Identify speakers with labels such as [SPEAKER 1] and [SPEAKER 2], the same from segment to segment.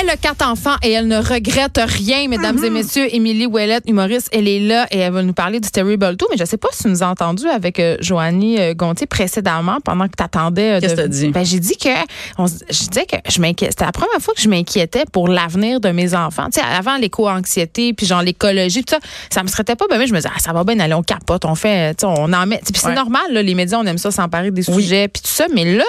[SPEAKER 1] Elle a quatre enfants et elle ne regrette rien, mesdames
[SPEAKER 2] Mhm.
[SPEAKER 1] et messieurs. Émilie Ouellette, humoriste, elle est là et elle va nous parler du Terrible 2. Mais je ne sais pas si tu nous as entendu avec euh, Joanie euh, Gontier précédemment pendant que tu attendais.
[SPEAKER 2] Qu'est-ce que t'as dit?
[SPEAKER 1] Ben, j'ai dit que, on s- je disais que je m'inquiète. C'était la première fois que je m'inquiétais pour l'avenir de mes enfants. Tu sais, avant l'éco-anxiété, puis genre l'écologie, puis ça, ça me traitait pas. Ben, mais je me disais, ah, ça va bien aller, on capote, on fait, tu sais, on en met. Puis c'est
[SPEAKER 2] Ouais.
[SPEAKER 1] normal, là, les médias, on aime ça s'emparer des
[SPEAKER 2] Oui.
[SPEAKER 1] sujets, puis tout ça. Mais là,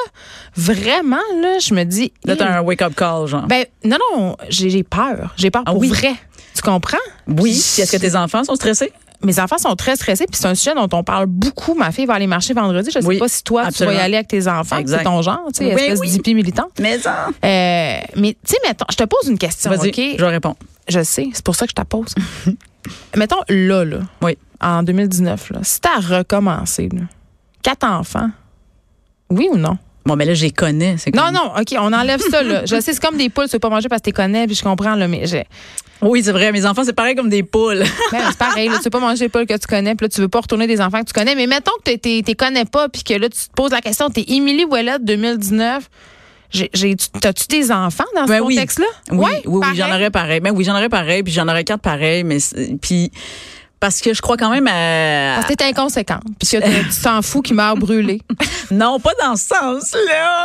[SPEAKER 1] vraiment, là, je me dis.
[SPEAKER 2] Là, t'as
[SPEAKER 1] Hum.
[SPEAKER 2] un wake-up call, genre.
[SPEAKER 1] Ben non, non, j'ai j'ai peur. J'ai peur
[SPEAKER 2] Ah
[SPEAKER 1] pour
[SPEAKER 2] oui?
[SPEAKER 1] vrai. Tu comprends?
[SPEAKER 2] oui. Puis Est-ce que tes enfants sont stressés?
[SPEAKER 1] Mes enfants sont très stressés, puis c'est un sujet dont on parle beaucoup. Ma fille va aller marcher vendredi. Je ne sais
[SPEAKER 2] Oui,
[SPEAKER 1] pas si toi, tu
[SPEAKER 2] absolument.
[SPEAKER 1] vas y aller avec tes enfants, que
[SPEAKER 2] Exact.
[SPEAKER 1] c'est ton genre, tu sais,
[SPEAKER 2] Ben
[SPEAKER 1] espèce
[SPEAKER 2] oui.
[SPEAKER 1] d'hippie militante.
[SPEAKER 2] Mais ça.
[SPEAKER 1] Euh, mais tu sais, mettons, je te pose une question,
[SPEAKER 2] Vas-y,
[SPEAKER 1] OK?
[SPEAKER 2] je réponds.
[SPEAKER 1] Je sais, c'est pour ça que je te pose. mettons, là, là,
[SPEAKER 2] Oui.
[SPEAKER 1] en 2019, là, si t'as recommencé, là, quatre enfants, oui ou non?
[SPEAKER 2] Bon, mais là, je les connais. c'est
[SPEAKER 1] Non,
[SPEAKER 2] comme-
[SPEAKER 1] non, OK, on enlève ça, là. Je sais, c'est comme des poules, tu veux pas manger parce que t'es connais, puis je comprends, là, mais j'ai...
[SPEAKER 2] Oui, c'est vrai. Mes enfants, c'est pareil comme des poules.
[SPEAKER 1] Ben, c'est pareil, là, tu veux pas manger les poules que tu connais, puis là, tu veux pas retourner des enfants que tu connais. Mais mettons que t'es- t'es- t'es connais pas, puis que là, tu te poses la question, t'es Émilie Ouellette 2019. J'ai- j'ai- tu- T'as-tu des enfants dans ce
[SPEAKER 2] Ben oui.
[SPEAKER 1] contexte-là?
[SPEAKER 2] Oui,
[SPEAKER 1] Ouais,
[SPEAKER 2] oui, oui,
[SPEAKER 1] pareil.
[SPEAKER 2] j'en aurais pareil. Mais oui, j'en aurais pareil, puis j'en aurais quatre pareil, mais c'est- puis parce que je crois quand même à
[SPEAKER 1] Parce que Ah, t'es inconséquente, puis que t'as- tu t'en fous qui meurt brûlé.
[SPEAKER 2] non, pas dans ce sens-là.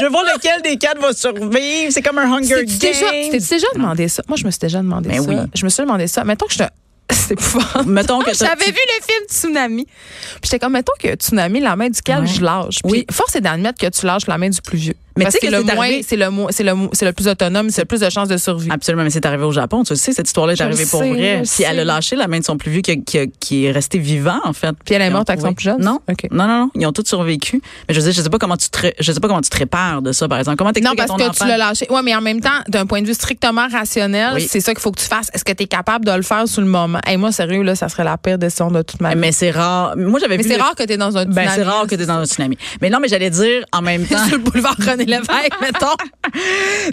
[SPEAKER 2] Je vois lequel des quatre va survivre, c'est comme un Hunger
[SPEAKER 1] Tu t'es déjà, tu t'es
[SPEAKER 2] Games.
[SPEAKER 1] déjà demandé ça? Moi, je me suis déjà demandé
[SPEAKER 2] Ben
[SPEAKER 1] ça.
[SPEAKER 2] oui.
[SPEAKER 1] Je me suis demandé ça. Mettons que je te. C'est épouvantable.
[SPEAKER 2] Mettons que t'as-
[SPEAKER 1] J'avais vu le film Tsunami. Puis j'étais comme, mettons que Tsunami, la main duquel
[SPEAKER 2] Ouais.
[SPEAKER 1] je lâche. Puis
[SPEAKER 2] Oui.
[SPEAKER 1] force est d'admettre que tu lâches la main du plus vieux.
[SPEAKER 2] Mais
[SPEAKER 1] Parce
[SPEAKER 2] tu sais
[SPEAKER 1] que
[SPEAKER 2] que
[SPEAKER 1] le
[SPEAKER 2] c'est
[SPEAKER 1] moins,
[SPEAKER 2] arrivé- Ah,
[SPEAKER 1] c'est le, moins- c'est le, moins- c'est le plus autonome, c'est le plus de chances de survie.
[SPEAKER 2] Absolument, mais c'est arrivé au Japon, tu le sais, cette histoire-là est
[SPEAKER 1] Je le
[SPEAKER 2] arrivée pour
[SPEAKER 1] sais, je
[SPEAKER 2] vrai.
[SPEAKER 1] le
[SPEAKER 2] Puis elle
[SPEAKER 1] sais.
[SPEAKER 2] a lâché la main de son plus vieux qui, a- qui a- qui est resté vivant, en fait.
[SPEAKER 1] Puis elle est
[SPEAKER 2] Ils ont
[SPEAKER 1] morte avec son
[SPEAKER 2] trouvé.
[SPEAKER 1] plus jeune?
[SPEAKER 2] Non.
[SPEAKER 1] OK.
[SPEAKER 2] Non, non, non. Ils ont tous survécu. Mais je veux dire, je sais pas comment tu te, ré- je sais pas comment tu te répares de ça, par exemple. Comment
[SPEAKER 1] Non,
[SPEAKER 2] t'expliques à
[SPEAKER 1] parce
[SPEAKER 2] ton
[SPEAKER 1] que
[SPEAKER 2] enfant?
[SPEAKER 1] tu l'as lâché. Oui, mais en même temps, d'un point de vue strictement rationnel,
[SPEAKER 2] Oui.
[SPEAKER 1] c'est ça qu'il faut que tu fasses. Est-ce que tu es capable de le faire sous le moment? Et moi, sérieux, là, ça serait la pire décision de toute ma vie. Mais,
[SPEAKER 2] Eh, Mais c'est rare. Moi, j'avais vu.
[SPEAKER 1] c'est
[SPEAKER 2] le-
[SPEAKER 1] rare que tu es dans un
[SPEAKER 2] Ben, c'est
[SPEAKER 1] tsunami.
[SPEAKER 2] rare que t'es dans un tsunami. Mais non, mais j'allais dire en même temps.
[SPEAKER 1] Sur le boulevard René Lévesque, mettons.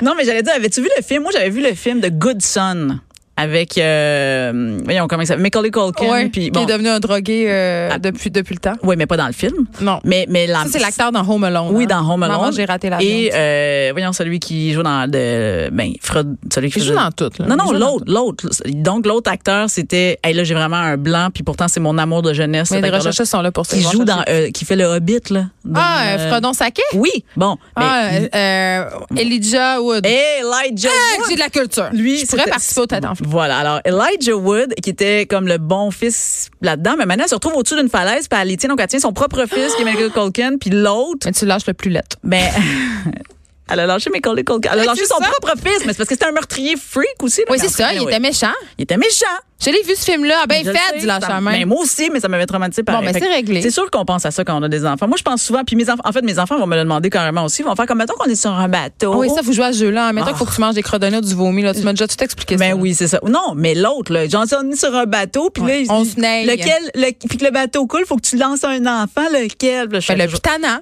[SPEAKER 2] non, mais j'allais dire, avais-tu vu le film? Moi, j'avais vu le film de Good Son avec, euh, voyons, comment il s'appelle? Macaulay Culkin.
[SPEAKER 1] Ouais,
[SPEAKER 2] puis,
[SPEAKER 1] qui
[SPEAKER 2] bon,
[SPEAKER 1] est devenu un drogué euh,
[SPEAKER 2] Ah.
[SPEAKER 1] depuis, depuis le temps.
[SPEAKER 2] ouais, mais pas dans le film.
[SPEAKER 1] Non.
[SPEAKER 2] Mais, mais la,
[SPEAKER 1] ça, c'est l'acteur dans Home Alone.
[SPEAKER 2] Oui,
[SPEAKER 1] hein.
[SPEAKER 2] dans Home
[SPEAKER 1] Maman,
[SPEAKER 2] Alone.
[SPEAKER 1] j'ai raté la
[SPEAKER 2] Et, euh, voyons, celui qui joue dans le, ben, Freud, celui qui
[SPEAKER 1] Il joue
[SPEAKER 2] faisait-
[SPEAKER 1] dans tout. là.
[SPEAKER 2] Non,
[SPEAKER 1] Il
[SPEAKER 2] non,
[SPEAKER 1] joue dans
[SPEAKER 2] l'autre, l'autre. Donc, l'autre acteur, c'était, hey, là, j'ai vraiment un blanc, puis pourtant, c'est mon amour de jeunesse.
[SPEAKER 1] tout. Mais
[SPEAKER 2] cet
[SPEAKER 1] les
[SPEAKER 2] acteur-là,
[SPEAKER 1] recherches sont là pour ça.
[SPEAKER 2] Qui
[SPEAKER 1] Ils vont
[SPEAKER 2] joue dans,
[SPEAKER 1] chercher.
[SPEAKER 2] euh, qui fait le Hobbit, là. dans,
[SPEAKER 1] Ah,
[SPEAKER 2] euh,
[SPEAKER 1] euh, Frodon Saquet?
[SPEAKER 2] Oui, bon. Mais,
[SPEAKER 1] Ah, euh, euh, Elijah Wood.
[SPEAKER 2] Hey, Elijah
[SPEAKER 1] Ah,
[SPEAKER 2] Wood.
[SPEAKER 1] j'ai de la culture.
[SPEAKER 2] Lui,
[SPEAKER 1] je pourrais
[SPEAKER 2] c'était-
[SPEAKER 1] participer au tête en flamme.
[SPEAKER 2] Voilà. Alors, Elijah Wood, qui était comme le bon fils là-dedans, mais maintenant, elle se retrouve au-dessus d'une falaise, puis elle les tient, donc elle tient son propre fils, qui est Michael Culkin, puis l'autre,
[SPEAKER 1] Mais tu lâches le plus laid.
[SPEAKER 2] mais elle a lâché Michael Culkin. Elle a
[SPEAKER 1] Ouais,
[SPEAKER 2] lâché
[SPEAKER 1] c'est
[SPEAKER 2] son
[SPEAKER 1] ça.
[SPEAKER 2] propre fils, mais c'est parce que c'était un meurtrier freak aussi. là,
[SPEAKER 1] Ah, Oui,
[SPEAKER 2] mais
[SPEAKER 1] c'est ça.
[SPEAKER 2] enfin,
[SPEAKER 1] Il
[SPEAKER 2] oui.
[SPEAKER 1] était méchant.
[SPEAKER 2] Il était méchant.
[SPEAKER 1] Je l'ai vu, ce film-là. Ah, Ben,
[SPEAKER 2] Je le
[SPEAKER 1] fait
[SPEAKER 2] sais,
[SPEAKER 1] du lâche
[SPEAKER 2] ça-
[SPEAKER 1] à
[SPEAKER 2] mais
[SPEAKER 1] main.
[SPEAKER 2] moi aussi, mais ça m'avait traumatisé par
[SPEAKER 1] Bon, ben, c'est réglé.
[SPEAKER 2] C'est sûr qu'on pense à ça quand on a des enfants. Moi, je pense souvent, puis mes enfants, en fait, mes enfants vont me le demander carrément aussi. Ils vont faire comme, mettons qu'on est sur un bateau.
[SPEAKER 1] Ah, Oui, ça, vous jouez à ce jeu-là. hein. Mettons
[SPEAKER 2] Ah.
[SPEAKER 1] qu'il faut que tu manges des crodonnets ou du vomi. Là. Tu m'as déjà tout expliqué
[SPEAKER 2] Ben
[SPEAKER 1] ça.
[SPEAKER 2] oui, c'est ça. Non, mais l'autre, là, genre, si on est sur un bateau, puis là,
[SPEAKER 1] Ouais,
[SPEAKER 2] il
[SPEAKER 1] on
[SPEAKER 2] dit,
[SPEAKER 1] se naille.
[SPEAKER 2] Lequel, le, puis que le bateau coule, faut que tu lances un enfant, lequel? Puis là, je fais
[SPEAKER 1] Ben, le
[SPEAKER 2] toujours-
[SPEAKER 1] pitanant.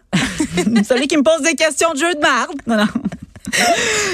[SPEAKER 2] Celui qui me pose des questions de jeu de marde. Non, non.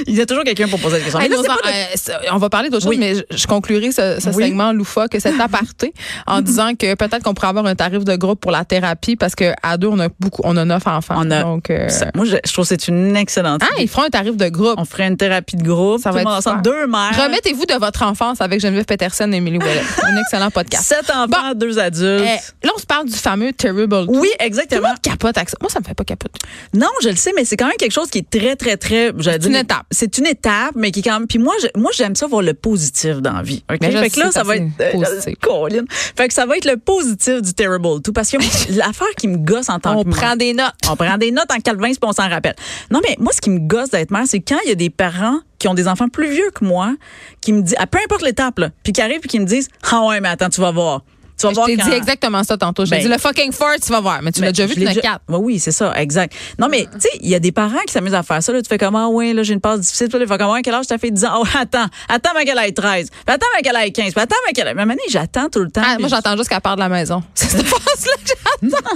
[SPEAKER 2] il y a toujours quelqu'un pour poser des questions.
[SPEAKER 1] Hey,
[SPEAKER 2] Mais là,
[SPEAKER 1] nos
[SPEAKER 2] c'est
[SPEAKER 1] en-
[SPEAKER 2] pas de-
[SPEAKER 1] euh, ça- on va parler d'autre chose,
[SPEAKER 2] Oui.
[SPEAKER 1] mais je, je conclurai ce, ce
[SPEAKER 2] Oui.
[SPEAKER 1] segment loufoque, cet aparté, en disant que peut-être qu'on pourrait avoir un tarif de groupe pour la thérapie parce que à deux, on a beaucoup, on a neuf enfants.
[SPEAKER 2] On a-
[SPEAKER 1] Donc, euh,
[SPEAKER 2] Ça, moi, je, je trouve que c'est une excellente
[SPEAKER 1] ah,
[SPEAKER 2] idée.
[SPEAKER 1] ils feront un tarif de groupe.
[SPEAKER 2] On ferait une thérapie de groupe.
[SPEAKER 1] Ça
[SPEAKER 2] tout
[SPEAKER 1] va
[SPEAKER 2] le monde
[SPEAKER 1] être
[SPEAKER 2] ensemble.
[SPEAKER 1] super.
[SPEAKER 2] Deux mères.
[SPEAKER 1] Remettez-vous de votre enfance avec Geneviève Peterson et Émilie Ouellet. un excellent podcast.
[SPEAKER 2] Sept enfants, deux adultes.
[SPEAKER 1] Eh, là, on se parle du fameux Terrible. Two.
[SPEAKER 2] Euh, oui,
[SPEAKER 1] Tout le
[SPEAKER 2] exactement.
[SPEAKER 1] monde capote avec ça. Moi, ça me fait pas capote.
[SPEAKER 2] Non, je le sais, mais c'est quand même quelque chose qui est très, très, très.
[SPEAKER 1] C'est une étape.
[SPEAKER 2] C'est une étape, mais qui est quand même. Puis moi, je- moi, j'aime ça voir le positif dans la vie. ok?
[SPEAKER 1] Mais je
[SPEAKER 2] fait que là,
[SPEAKER 1] sais,
[SPEAKER 2] ça va être. euh,
[SPEAKER 1] c'est positif.
[SPEAKER 2] Colin. Fait que ça va être le positif du terrible tout, parce que moi, l'affaire qui me gosse en tant
[SPEAKER 1] On
[SPEAKER 2] que mère-
[SPEAKER 1] prend des notes.
[SPEAKER 2] on prend des notes en calvin, puis on s'en rappelle. Non, mais moi, ce qui me gosse d'être mère, c'est quand il y a des parents qui ont des enfants plus vieux que moi, qui me disent, à peu importe l'étape, là, puis qui arrivent, puis qui me disent, ah ouais, mais attends, tu vas voir. Tu vas
[SPEAKER 1] Je
[SPEAKER 2] voir
[SPEAKER 1] t'ai
[SPEAKER 2] quand-
[SPEAKER 1] dit exactement ça tantôt. J'ai
[SPEAKER 2] Ben.
[SPEAKER 1] dit le fucking fort, tu vas voir. Mais tu l'as
[SPEAKER 2] ben,
[SPEAKER 1] déjà vu,
[SPEAKER 2] je
[SPEAKER 1] tu
[SPEAKER 2] l'ai
[SPEAKER 1] l'as
[SPEAKER 2] déjà-
[SPEAKER 1] quatre. Hein, Ah.
[SPEAKER 2] Ouais, oui, c'est ça, exact. Non, mais tu sais, il y a des parents qui s'amusent à faire ça. Là, tu fais comme, ah ouais, là, j'ai une passe difficile. Puis là, il fait comme, ah, quel âge t'as fait 10 ans? Oh, attends, attends, mais qu'elle ait 13. Puis attends, mais qu'elle ait 15. Puis attends, mais qu'elle ait. Mais maintenant, j'attends tout le temps.
[SPEAKER 1] Ah,
[SPEAKER 2] puis
[SPEAKER 1] moi,
[SPEAKER 2] je-
[SPEAKER 1] j'entends juste qu'elle part de la maison. C'est cette phrase-là que j'entends.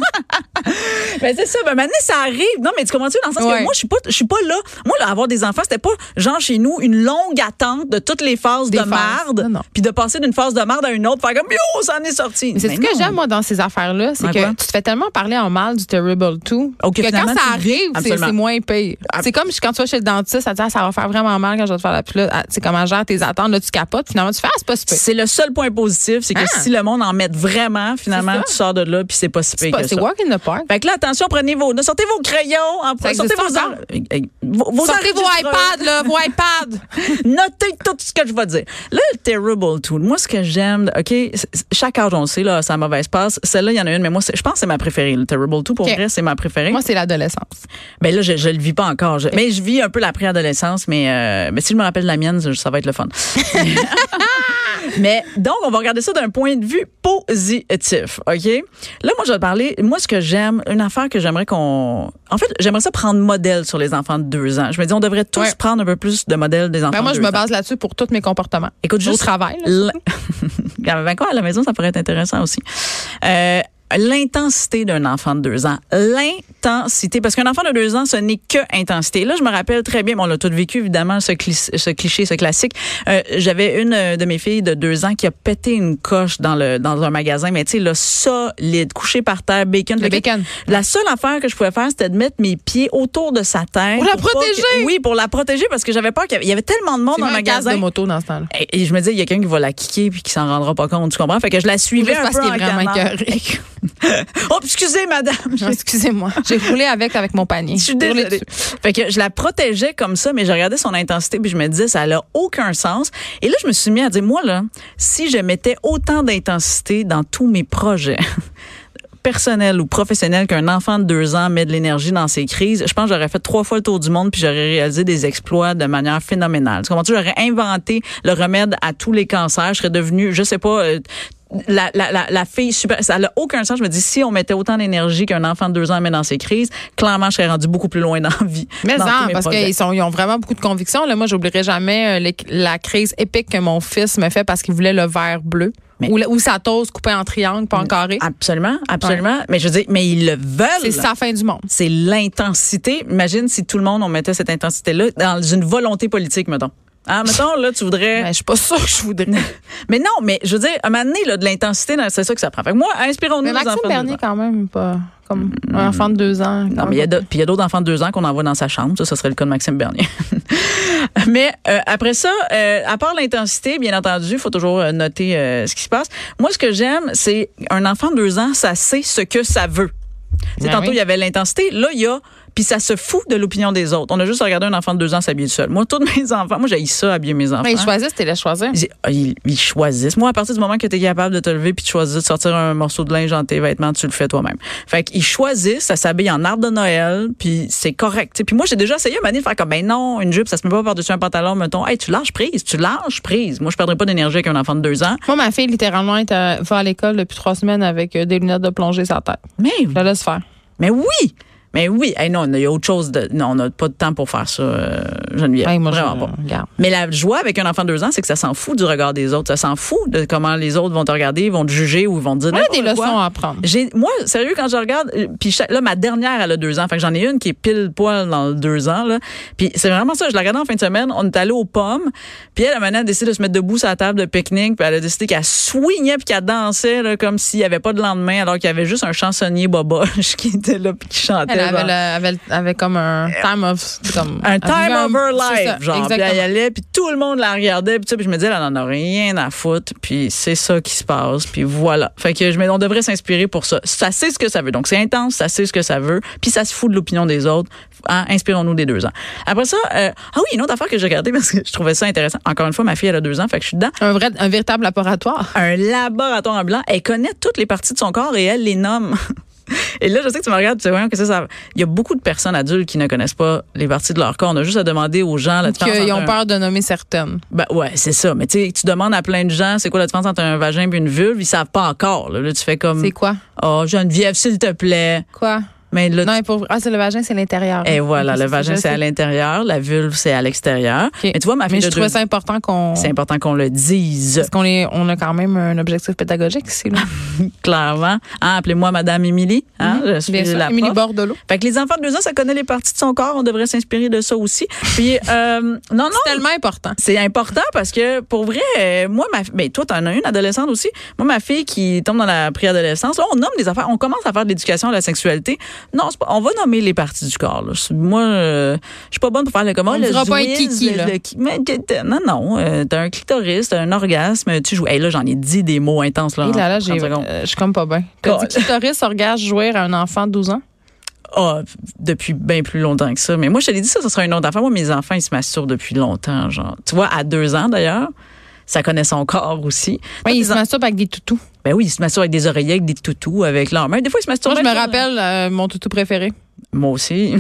[SPEAKER 2] Ben c'est ça, ben maintenant ça arrive. Non mais tu comprends tu dans le sens
[SPEAKER 1] Ouais.
[SPEAKER 2] que moi je suis pas je suis pas là. Moi là avoir des enfants, c'était pas genre chez nous une longue attente de toutes les phases
[SPEAKER 1] Des
[SPEAKER 2] de
[SPEAKER 1] phases. Non,
[SPEAKER 2] marde
[SPEAKER 1] non.
[SPEAKER 2] puis de passer d'une phase de marde à une autre faire comme yo, ça en est sorti. gentil.
[SPEAKER 1] Mais c'est ce
[SPEAKER 2] Mais
[SPEAKER 1] que
[SPEAKER 2] Ben non.
[SPEAKER 1] j'aime, moi, dans ces affaires-là. C'est
[SPEAKER 2] Ouais,
[SPEAKER 1] que
[SPEAKER 2] quoi?
[SPEAKER 1] tu te fais tellement parler en mal du Terrible 2
[SPEAKER 2] Ok,
[SPEAKER 1] que quand
[SPEAKER 2] finalement,
[SPEAKER 1] ça
[SPEAKER 2] tu dis-
[SPEAKER 1] arrive, c'est-
[SPEAKER 2] Absolument.
[SPEAKER 1] c'est moins pire. C'est comme quand tu vas chez le dentiste, ça te dit, Ah, ça va faire vraiment mal quand je vais te faire la puis là, ah, Tu sais, comment gère tes attentes, là, tu capotes. Finalement, tu fais, ah, c'est pas si pire.
[SPEAKER 2] C'est le seul point positif, c'est que
[SPEAKER 1] Ah.
[SPEAKER 2] si le monde en met vraiment,
[SPEAKER 1] C'est
[SPEAKER 2] finalement,
[SPEAKER 1] ça.
[SPEAKER 2] tu sors de là, puis c'est pas si
[SPEAKER 1] C'est
[SPEAKER 2] pire
[SPEAKER 1] pas-
[SPEAKER 2] que
[SPEAKER 1] C'est
[SPEAKER 2] ça.
[SPEAKER 1] walk in the park.
[SPEAKER 2] Fait que là, attention, prenez vos, sortez vos crayons, en-
[SPEAKER 1] Ça
[SPEAKER 2] sortez
[SPEAKER 1] existe
[SPEAKER 2] vos,
[SPEAKER 1] encore?
[SPEAKER 2] en- eh, eh, vos, vos
[SPEAKER 1] Sortez vos
[SPEAKER 2] enregistreurs.
[SPEAKER 1] iPads, là, vos iPads.
[SPEAKER 2] Notez tout ce que je vais dire. Là, le terrible tool. Moi, ce que j'aime, OK, c'est- chaque âge, on le sait, là, sa mauvaise passe. Celle-là, il y en a une, mais moi, c'est- je pense que c'est ma préférée. Le terrible tool, pour
[SPEAKER 1] OK.
[SPEAKER 2] vrai, c'est ma préférée.
[SPEAKER 1] Moi, c'est l'adolescence.
[SPEAKER 2] Ben là, je, je le vis pas encore. Je- mais je vis un peu la préadolescence, mais, euh, mais si je me rappelle la mienne, ça, ça va être le fun. mais donc, on va regarder ça d'un point de vue positif, OK? Là, moi, je vais te parler, moi, ce que j'aime, une affaire que j'aimerais qu'on... En fait, j'aimerais ça prendre modèle sur les enfants de deux ans. Je me dis, on devrait tous
[SPEAKER 1] Ouais.
[SPEAKER 2] prendre un peu plus de modèle des enfants
[SPEAKER 1] Ben, moi,
[SPEAKER 2] de
[SPEAKER 1] je
[SPEAKER 2] deux
[SPEAKER 1] me
[SPEAKER 2] ans.
[SPEAKER 1] base là-dessus pour tous mes comportements.
[SPEAKER 2] Écoute,
[SPEAKER 1] Au
[SPEAKER 2] juste
[SPEAKER 1] travail, là.
[SPEAKER 2] L- Ben quoi, à la maison, ça pourrait être intéressant aussi. Euh, L'intensité d'un enfant de deux ans. L'intensité. Parce qu'un enfant de deux ans, ce n'est que intensité. Là, je me rappelle très bien, bon, on l'a tout vécu, évidemment, ce, cli- ce cliché, ce classique. Euh, J'avais une euh, de mes filles de deux ans qui a pété une coche dans, le, dans un magasin, mais tu sais, là, solide, couché par terre, bacon.
[SPEAKER 1] Le
[SPEAKER 2] Fait que
[SPEAKER 1] bacon.
[SPEAKER 2] La seule affaire que je pouvais faire, c'était de mettre mes pieds autour de sa tête.
[SPEAKER 1] Pour la
[SPEAKER 2] pas que-
[SPEAKER 1] protéger!
[SPEAKER 2] oui, pour la protéger, parce que j'avais peur qu'il y avait- il y avait tellement de monde
[SPEAKER 1] C'est
[SPEAKER 2] dans le
[SPEAKER 1] un casque
[SPEAKER 2] magasin.
[SPEAKER 1] de moto dans ce temps-là.
[SPEAKER 2] Et, et je me dis, il y a quelqu'un qui va la kicker puis qui s'en rendra pas compte, tu comprends? Fait que je la
[SPEAKER 1] Ou
[SPEAKER 2] suivais
[SPEAKER 1] juste
[SPEAKER 2] un
[SPEAKER 1] parce
[SPEAKER 2] peu
[SPEAKER 1] qu'il
[SPEAKER 2] en
[SPEAKER 1] est vraiment
[SPEAKER 2] canard.
[SPEAKER 1] écœuré.
[SPEAKER 2] Oh, excusez, madame.
[SPEAKER 1] Non, Excusez-moi. J'ai roulé avec avec mon panier.
[SPEAKER 2] Je suis
[SPEAKER 1] Roulé
[SPEAKER 2] désolée.
[SPEAKER 1] dessus.
[SPEAKER 2] Fait que je la protégeais comme ça, mais je regardais son intensité puis je me disais, ça n'a aucun sens. Et là, je me suis mis à dire, moi, là, si je mettais autant d'intensité dans tous mes projets, personnels ou professionnels, qu'un enfant de deux ans met de l'énergie dans ses crises, je pense que j'aurais fait trois fois le tour du monde puis j'aurais réalisé des exploits de manière phénoménale. Tu comprends-tu? J'aurais inventé le remède à tous les cancers. Je serais devenue, je sais pas, euh, la, la, la, la fille super, ça n'a aucun sens. Je me dis, si on mettait autant d'énergie qu'un enfant de deux ans met dans ses crises, clairement, je serais rendu beaucoup plus loin dans la vie.
[SPEAKER 1] Mais
[SPEAKER 2] dans tous
[SPEAKER 1] non,
[SPEAKER 2] mes
[SPEAKER 1] parce
[SPEAKER 2] projets.
[SPEAKER 1] qu'ils sont- ils ont vraiment beaucoup de convictions. Là, moi, j'oublierai jamais euh, les- la crise épique que mon fils me fait parce qu'il voulait le vert bleu.
[SPEAKER 2] Mais-
[SPEAKER 1] Ou, la- ou sa toast coupée en triangle, pas en carré.
[SPEAKER 2] Absolument, absolument. Mais je veux dire, mais ils le
[SPEAKER 1] Ah, C'est
[SPEAKER 2] veulent.
[SPEAKER 1] sa fin du monde.
[SPEAKER 2] C'est l'intensité. Imagine si tout le monde, on mettait cette intensité-là dans une volonté politique, mettons. Ah, mettons, là, tu voudrais.
[SPEAKER 1] Ben, je suis pas sûre que je voudrais.
[SPEAKER 2] Mais non, mais je veux dire, à un moment donné, là, de l'intensité, c'est ça que ça prend. Fait que moi, inspirons-nous
[SPEAKER 1] Mais
[SPEAKER 2] les enfants.
[SPEAKER 1] Maxime
[SPEAKER 2] de deux
[SPEAKER 1] Bernier,
[SPEAKER 2] ans.
[SPEAKER 1] quand même, pas comme un enfant de deux ans.
[SPEAKER 2] Non, mais il y a d'autres- puis il y a d'autres enfants de deux ans qu'on envoie dans sa chambre. Ça, ce serait le cas de Maxime Bernier. mais euh, après ça, euh, à part l'intensité, bien entendu, il faut toujours euh, noter euh, ce qui se passe. Moi, ce que j'aime, c'est un enfant de deux ans, ça sait ce que ça veut. Tu sais,
[SPEAKER 1] Ben
[SPEAKER 2] tantôt,
[SPEAKER 1] oui.
[SPEAKER 2] il y avait l'intensité. Là, il y a. Puis ça se fout de l'opinion des autres. On a juste regardé un enfant de deux ans s'habiller tout seul. Moi, tous mes enfants, moi, j'ai ça, habiller mes enfants.
[SPEAKER 1] Mais ils choisissent, t'es les choisir.
[SPEAKER 2] J'ai- ah, Ils, ils choisissent. Moi, à partir du moment que tu es capable de te lever puis de choisir de sortir un morceau de linge dans tes vêtements, tu le fais toi-même. Fait qu'ils choisissent, ça s'habille en arbre de Noël, puis c'est correct. tu sais. Puis moi, j'ai déjà essayé à un moment donné de faire comme, ben non, une jupe, ça se met pas par-dessus un pantalon, mettons, hey, tu lâches prise, tu lâches prise. Moi, je perdrais pas d'énergie avec un enfant de deux ans.
[SPEAKER 1] Moi, ma fille, littéralement, est à- va à l'école depuis trois semaines avec euh, des lunettes de plongée sur la tête.
[SPEAKER 2] Mais,
[SPEAKER 1] Je la laisse faire.
[SPEAKER 2] mais oui! Mais oui! Hey, non, il y a autre chose de, non, on n'a pas de temps pour faire ça, euh, Geneviève.
[SPEAKER 1] Ouais, Ben, moi, je-
[SPEAKER 2] Vraiment pas.
[SPEAKER 1] regarde.
[SPEAKER 2] Mais la joie avec un enfant de deux ans, c'est que ça s'en fout du regard des autres. Ça s'en fout de comment les autres vont te regarder, ils vont te juger ou ils vont te dire
[SPEAKER 1] Moi, j'ai des
[SPEAKER 2] n'importe quoi.
[SPEAKER 1] leçons à apprendre.
[SPEAKER 2] J'ai, moi, sérieux, quand je regarde, euh, puis chaque- là, ma dernière, elle a deux ans. Fait que j'en ai une qui est pile poil dans le deux ans, là. Puis c'est vraiment ça. Je la regardais en fin de semaine. On est allé aux pommes. Puis elle, maintenant, elle décide de se mettre debout sur la table de pique-nique. Puis elle a décidé qu'elle swingait puis qu'elle dansait, là, comme s'il n'y avait pas de lendemain, alors qu'il y avait juste un chansonnier boboche qui était là puis qui chantait.
[SPEAKER 1] Elle avait,
[SPEAKER 2] genre.
[SPEAKER 1] le- avait le- avait comme un time of. Comme,
[SPEAKER 2] Un
[SPEAKER 1] elle
[SPEAKER 2] time
[SPEAKER 1] vivait
[SPEAKER 2] of her
[SPEAKER 1] c'est
[SPEAKER 2] life,
[SPEAKER 1] ça,
[SPEAKER 2] genre. Puis
[SPEAKER 1] exactement.
[SPEAKER 2] elle y allait, puis tout le monde la regardait, puis, tout ça, puis je me disais, elle en a rien à foutre, puis c'est ça qui se passe, puis voilà. Fait que je me dis, on devrait s'inspirer pour ça. Ça sait ce que ça veut. Donc c'est intense, ça sait ce que ça veut, puis ça se fout de l'opinion des autres. Hein, Inspirons-nous des deux ans. Après ça, euh, ah oui, une autre affaire que j'ai regardée parce que je trouvais ça intéressant. Encore une fois, ma fille, elle a deux ans, fait que je suis dedans
[SPEAKER 1] un, vrai, un véritable laboratoire.
[SPEAKER 2] un laboratoire en blanc. Elle connaît toutes les parties de son corps et elle les nomme. Et là, je sais que tu me regardes, tu sais, voyons, qu'est-ce que ça. Il y a beaucoup de personnes adultes qui ne connaissent pas les parties de leur corps. On a juste à demander aux gens la différence.
[SPEAKER 1] Qu'ils
[SPEAKER 2] entre
[SPEAKER 1] ont
[SPEAKER 2] un-
[SPEAKER 1] peur de nommer certaines.
[SPEAKER 2] Ben, ouais, c'est ça. Mais tu sais, tu demandes à plein de gens c'est quoi la différence entre un Mm. vagin et une vulve, ils savent pas encore. Là, Là, tu fais comme.
[SPEAKER 1] C'est quoi?
[SPEAKER 2] Oh, Geneviève, s'il te plaît.
[SPEAKER 1] Quoi?
[SPEAKER 2] Mais là,
[SPEAKER 1] Non, pour... ah, c'est le vagin, c'est l'intérieur.
[SPEAKER 2] et voilà,
[SPEAKER 1] Ok,
[SPEAKER 2] le
[SPEAKER 1] c'est-
[SPEAKER 2] vagin,
[SPEAKER 1] je
[SPEAKER 2] c'est à
[SPEAKER 1] sais.
[SPEAKER 2] l'intérieur, la vulve, c'est à l'extérieur.
[SPEAKER 1] Ok.
[SPEAKER 2] Mais tu vois, ma fille
[SPEAKER 1] Mais
[SPEAKER 2] de
[SPEAKER 1] je
[SPEAKER 2] deux
[SPEAKER 1] trouvais ça important qu'on.
[SPEAKER 2] c'est important qu'on le dise,
[SPEAKER 1] Parce qu'on est, on a quand même un objectif pédagogique ici. Là.
[SPEAKER 2] clairement. Hein, Appelez-moi Madame Émilie. Hein, je suis
[SPEAKER 1] Mhm. Bien sûr,
[SPEAKER 2] la
[SPEAKER 1] Émilie
[SPEAKER 2] prof.
[SPEAKER 1] Bordelot.
[SPEAKER 2] Fait que les enfants de deux ans, ça connaît les parties de son corps. On devrait s'inspirer de ça aussi. Puis, euh, non, non,
[SPEAKER 1] C'est tellement important.
[SPEAKER 2] c'est important parce que pour vrai, euh, moi, ma, ben, toi, t'en as une adolescente aussi. Moi, ma fille qui tombe dans la préadolescence, là, on nomme des affaires, on commence à faire de l'éducation à la sexualité. Non, c'est pas, on va nommer les parties du corps. là. C'est- Moi, euh, je suis pas bonne pour faire le comment.
[SPEAKER 1] On
[SPEAKER 2] le
[SPEAKER 1] dira pas un
[SPEAKER 2] Zwiz,
[SPEAKER 1] kiki,
[SPEAKER 2] le-
[SPEAKER 1] là.
[SPEAKER 2] le ki- mais t'es- t'es- non, non, euh, t'as un clitoris, t'as un orgasme, tu joues. Hey, là, j'en ai dit des mots intenses là.
[SPEAKER 1] Et
[SPEAKER 2] en
[SPEAKER 1] là, là,
[SPEAKER 2] 30
[SPEAKER 1] j'ai-
[SPEAKER 2] Ah, secondes.
[SPEAKER 1] euh, je suis comme pas bien. T'as dit
[SPEAKER 2] God.
[SPEAKER 1] que clitoris, orgasme, jouer à un enfant de 12 ans?
[SPEAKER 2] Ah, depuis bien plus longtemps que ça. Mais moi, je te l'ai dit, ça, ce sera une autre affaire. Moi, mes enfants, ils se masturbent depuis longtemps. Genre, tu vois, à deux ans d'ailleurs, ça connaît son corps aussi.
[SPEAKER 1] Oui,
[SPEAKER 2] Toi,
[SPEAKER 1] il
[SPEAKER 2] tes
[SPEAKER 1] se masturbe avec des toutous.
[SPEAKER 2] Ben oui, ils se masturbent avec des oreillers, avec des toutous, avec leurs mains. Des fois, ils se masturbent.
[SPEAKER 1] Moi, je me
[SPEAKER 2] avec-
[SPEAKER 1] rappelle euh, mon toutou préféré.
[SPEAKER 2] Moi aussi.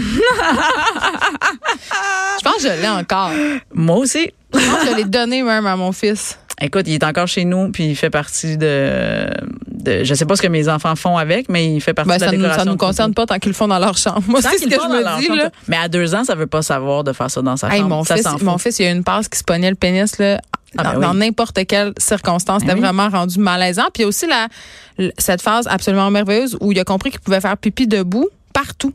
[SPEAKER 1] Je pense que je l'ai encore.
[SPEAKER 2] Moi aussi.
[SPEAKER 1] Je pense que je l'ai donné même à mon fils.
[SPEAKER 2] Écoute, il est encore chez nous, puis il fait partie de. de je sais pas ce que mes enfants font avec, mais il fait partie
[SPEAKER 1] Ben,
[SPEAKER 2] de la
[SPEAKER 1] ça ne nous,
[SPEAKER 2] décoration.
[SPEAKER 1] ça nous concerne pas tant qu'ils le font dans leur chambre. Moi,
[SPEAKER 2] Tant
[SPEAKER 1] c'est ce
[SPEAKER 2] qu'ils
[SPEAKER 1] que
[SPEAKER 2] le font
[SPEAKER 1] je
[SPEAKER 2] dans
[SPEAKER 1] me
[SPEAKER 2] leur
[SPEAKER 1] dis.
[SPEAKER 2] chambre,
[SPEAKER 1] Là.
[SPEAKER 2] ça- Mais à deux ans, ça veut pas savoir de faire ça dans sa
[SPEAKER 1] Hey,
[SPEAKER 2] chambre.
[SPEAKER 1] mon,
[SPEAKER 2] ça
[SPEAKER 1] fils,
[SPEAKER 2] s'en fout.
[SPEAKER 1] mon fils, il y a une passe qui se pognait le pénis là,
[SPEAKER 2] Ah,
[SPEAKER 1] dans
[SPEAKER 2] ben oui.
[SPEAKER 1] dans n'importe quelle circonstance.
[SPEAKER 2] Ben
[SPEAKER 1] C'était
[SPEAKER 2] oui.
[SPEAKER 1] vraiment rendu malaisant. Puis il y a aussi la, l- cette phase absolument merveilleuse où il a compris qu'il pouvait faire pipi debout partout.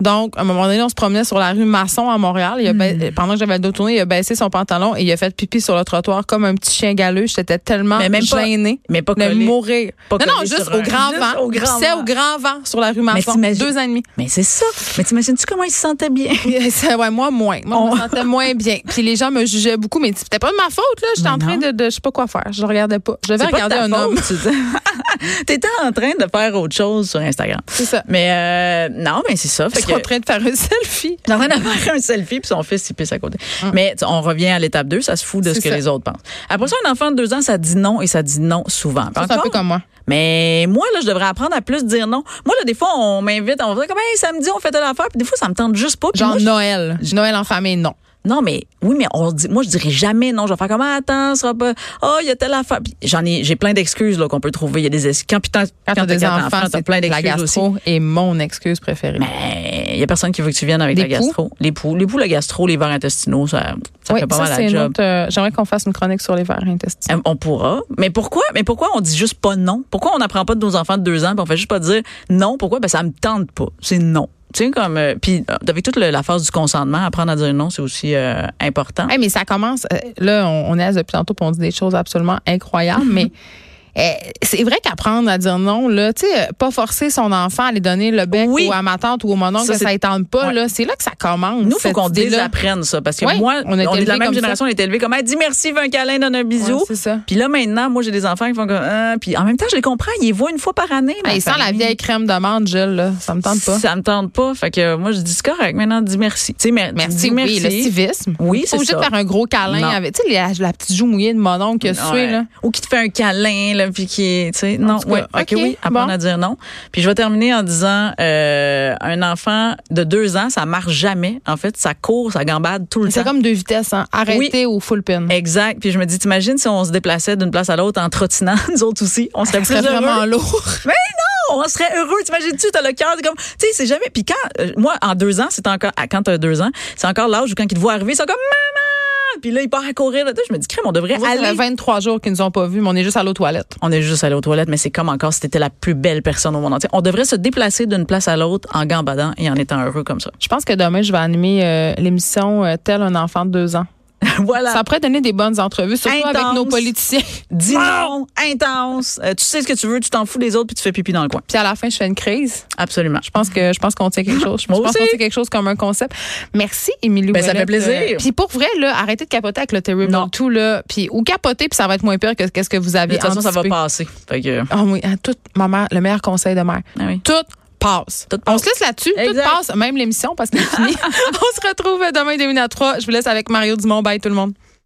[SPEAKER 1] Donc, à un moment donné, on se promenait sur la rue Masson à Montréal. Il a
[SPEAKER 2] Hmm.
[SPEAKER 1] ba- Pendant que j'avais le dos tourné, il a baissé son pantalon et il a fait pipi sur le trottoir comme un petit chien galeux. J'étais tellement
[SPEAKER 2] Mais même pas-
[SPEAKER 1] gênée
[SPEAKER 2] Mais pas
[SPEAKER 1] de
[SPEAKER 2] collé.
[SPEAKER 1] mourir.
[SPEAKER 2] Pas
[SPEAKER 1] non, non,
[SPEAKER 2] collé
[SPEAKER 1] juste
[SPEAKER 2] sur
[SPEAKER 1] au
[SPEAKER 2] un-
[SPEAKER 1] grand
[SPEAKER 2] juste
[SPEAKER 1] vent.
[SPEAKER 2] au grand
[SPEAKER 1] C'est
[SPEAKER 2] vent.
[SPEAKER 1] au grand vent sur la rue Masson.
[SPEAKER 2] t'imagines-
[SPEAKER 1] Deux ans et demi.
[SPEAKER 2] Mais c'est ça. Mais t'imagines-tu comment il se sentait bien?
[SPEAKER 1] euh, Ça, ouais, moi, moins. Moi, je me sentais moins bien. Puis les gens me jugeaient beaucoup, mais c'était pas de ma faute, là. J'étais
[SPEAKER 2] Mais
[SPEAKER 1] en train de, de- Je sais pas quoi faire. Je le regardais pas. Je devais
[SPEAKER 2] C'est pas de
[SPEAKER 1] regarder
[SPEAKER 2] ta
[SPEAKER 1] un
[SPEAKER 2] faute,
[SPEAKER 1] homme.
[SPEAKER 2] tu sais. T'étais en train de faire autre chose sur Instagram.
[SPEAKER 1] C'est ça.
[SPEAKER 2] Mais euh, non, mais c'est ça. Fait
[SPEAKER 1] Je suis
[SPEAKER 2] que,
[SPEAKER 1] en train de faire une selfie.
[SPEAKER 2] T'es en train de faire un selfie puis son fils il pisse à côté. Mais tu- on revient à l'étape 2, ça se fout de ce
[SPEAKER 1] Mm. C'est
[SPEAKER 2] que
[SPEAKER 1] ça.
[SPEAKER 2] les autres pensent. Après ça, un enfant de deux ans, ça dit non et ça dit non souvent. Puis
[SPEAKER 1] C'est un
[SPEAKER 2] encore,
[SPEAKER 1] peu comme moi.
[SPEAKER 2] Mais moi, là, je devrais apprendre à plus dire non. Moi, là, des fois, on m'invite, on va dire comme hey, samedi, on fait telle affaire, puis des fois, ça me tente juste pas. Puis
[SPEAKER 1] Genre
[SPEAKER 2] moi, je-
[SPEAKER 1] Noël. Noël en famille, non.
[SPEAKER 2] non, mais oui, mais on dit, moi, je dirais jamais non. Je vais faire comme, Ah, attends, ce sera pas, oh, il y a telle affaire. Puis J'en ai, j'ai plein d'excuses, là, qu'on peut trouver. Il y a des excuses. Quand, puis t'as-
[SPEAKER 1] Quand t'as
[SPEAKER 2] quand t'as
[SPEAKER 1] des
[SPEAKER 2] quatre
[SPEAKER 1] enfants,
[SPEAKER 2] t'as
[SPEAKER 1] c'est
[SPEAKER 2] plein
[SPEAKER 1] la
[SPEAKER 2] d'excuses aussi.
[SPEAKER 1] gastro est mon excuse préférée.
[SPEAKER 2] Mais il y a personne qui veut que tu viennes avec
[SPEAKER 1] Les
[SPEAKER 2] la gastro. Les poux. Les poux, la gastro, les verres intestinaux, ça, ça
[SPEAKER 1] oui,
[SPEAKER 2] fait pas
[SPEAKER 1] ça,
[SPEAKER 2] mal
[SPEAKER 1] c'est
[SPEAKER 2] la
[SPEAKER 1] une
[SPEAKER 2] job.
[SPEAKER 1] autre, euh, J'aimerais qu'on fasse une chronique sur les vers intestinaux.
[SPEAKER 2] Euh, On pourra. Mais pourquoi? Mais pourquoi on dit juste pas non? Pourquoi on n'apprend pas de nos enfants de deux ans puis on fait juste pas dire non? Pourquoi? Ben, ça me tente pas. C'est non. Tu sais, comme, euh, puis euh, avec toute le- la phase du consentement, apprendre à dire non, c'est aussi euh, important.
[SPEAKER 1] Hey, mais ça commence. euh, Là, on, on est depuis tantôt puis on dit des choses absolument incroyables, mais. euh, c'est vrai qu'apprendre à dire non, là, tu sais, euh, pas forcer son enfant à aller donner le bec
[SPEAKER 2] Oui.
[SPEAKER 1] ou à ma tante ou à mon oncle,
[SPEAKER 2] Ça,
[SPEAKER 1] ça,
[SPEAKER 2] c'est-
[SPEAKER 1] ça ne tente pas,
[SPEAKER 2] Ouais.
[SPEAKER 1] là. C'est là que ça commence.
[SPEAKER 2] Nous, faut
[SPEAKER 1] cette
[SPEAKER 2] qu'on
[SPEAKER 1] idée-là.
[SPEAKER 2] désapprenne ça. Parce que
[SPEAKER 1] Ouais,
[SPEAKER 2] moi, on
[SPEAKER 1] on a
[SPEAKER 2] est,
[SPEAKER 1] été
[SPEAKER 2] de la
[SPEAKER 1] élevés
[SPEAKER 2] même
[SPEAKER 1] comme
[SPEAKER 2] génération, on est élevé comme, Hey, dis merci, fais un câlin, donne un bisou.
[SPEAKER 1] Ouais, c'est ça.
[SPEAKER 2] puis là, maintenant, moi, j'ai des enfants qui font comme, Ah. puis en même temps, je les comprends, ils les voient une fois par année. ma
[SPEAKER 1] Hey, sans Ah, la
[SPEAKER 2] famille.
[SPEAKER 1] vieille crème de menthe, Gilles, là, ça me tente pas.
[SPEAKER 2] Ah, ben Ça me tente pas. Fait que euh, moi, je dis c'est correct. Maintenant, dis merci. Tu sais, mer-
[SPEAKER 1] Merci,
[SPEAKER 2] dis merci.
[SPEAKER 1] oui, le civisme.
[SPEAKER 2] Oui, c'est
[SPEAKER 1] Faut juste
[SPEAKER 2] ça.
[SPEAKER 1] faire un gros câlin
[SPEAKER 2] Non.
[SPEAKER 1] avec, tu sais, les- la petite joue mouillée de mon oncle que tu
[SPEAKER 2] Ouais.
[SPEAKER 1] es, là.
[SPEAKER 2] Ou qui te fait un câlin, là, puis qui est, tu sais, non,
[SPEAKER 1] tout cas,
[SPEAKER 2] ouais, ok,
[SPEAKER 1] ok,
[SPEAKER 2] oui, apprendre
[SPEAKER 1] bon.
[SPEAKER 2] à dire non. Puis je vais terminer en disant, euh, un enfant de deux ans, ça marche jamais, en fait, ça court, ça gambade tout le
[SPEAKER 1] C'est
[SPEAKER 2] temps.
[SPEAKER 1] comme deux vitesses, hein. Arrêter au full pin.
[SPEAKER 2] Exact. Puis je me dis, t'imagines si on se déplaçait d'une place à l'autre en trottinant, nous autres aussi, on serait
[SPEAKER 1] Ça
[SPEAKER 2] plus
[SPEAKER 1] serait
[SPEAKER 2] heureux.
[SPEAKER 1] vraiment lourd.
[SPEAKER 2] Mais non, on serait heureux. T'imagines-tu, t'as le cœur de comme, tu sais, c'est jamais. Puis quand, euh, moi, en deux ans, c'est encore, ah, quand t'as deux ans, c'est encore l'âge où quand ils te voient arriver, c'est comme maman. Puis là, il part à courir. Là, je me dis, crème, on devrait
[SPEAKER 1] Ça fait
[SPEAKER 2] aller.
[SPEAKER 1] 23 jours qu'ils nous ont pas vus, mais on est juste à l'eau toilette.
[SPEAKER 2] On est juste allé aux toilettes, mais c'est comme encore si t'étais la plus belle personne au monde entier. On devrait se déplacer d'une place à l'autre en gambadant et en étant heureux comme ça.
[SPEAKER 1] Je pense que demain, je vais animer euh, l'émission euh, Tel un enfant de deux ans.
[SPEAKER 2] voilà.
[SPEAKER 1] Ça pourrait donner des bonnes entrevues, surtout
[SPEAKER 2] Intense.
[SPEAKER 1] avec nos politiciens.
[SPEAKER 2] Dis non, intense. Euh, tu sais ce que tu veux, tu t'en fous des autres puis tu fais pipi dans le coin.
[SPEAKER 1] Puis à la fin, je fais une crise.
[SPEAKER 2] Absolument.
[SPEAKER 1] Je pense que je pense qu'on tient quelque chose. Je
[SPEAKER 2] Moi
[SPEAKER 1] pense qu'on
[SPEAKER 2] aussi.
[SPEAKER 1] tient quelque chose comme un concept. Merci, Émilie.
[SPEAKER 2] Ben, ça
[SPEAKER 1] Ouellette.
[SPEAKER 2] fait plaisir.
[SPEAKER 1] Euh, Puis pour vrai, là, arrêtez de capoter avec le terrible
[SPEAKER 2] Non.
[SPEAKER 1] tout là. Puis ou capoter, puis ça va être moins pire que qu'est-ce que vous
[SPEAKER 2] De
[SPEAKER 1] avez.
[SPEAKER 2] toute façon, ça va
[SPEAKER 1] anticipé.
[SPEAKER 2] passer. Fait que, euh,
[SPEAKER 1] Ah oui, hein, tout, ma mère, le meilleur conseil de mère.
[SPEAKER 2] ah oui.
[SPEAKER 1] Tout passe. On
[SPEAKER 2] Tout passe.
[SPEAKER 1] se laisse là-dessus. Tout
[SPEAKER 2] Exact.
[SPEAKER 1] passe, même l'émission, parce qu'elle est finie. On se retrouve demain de 1 à 3. Je vous laisse avec Mario Dumont. Bye tout le monde.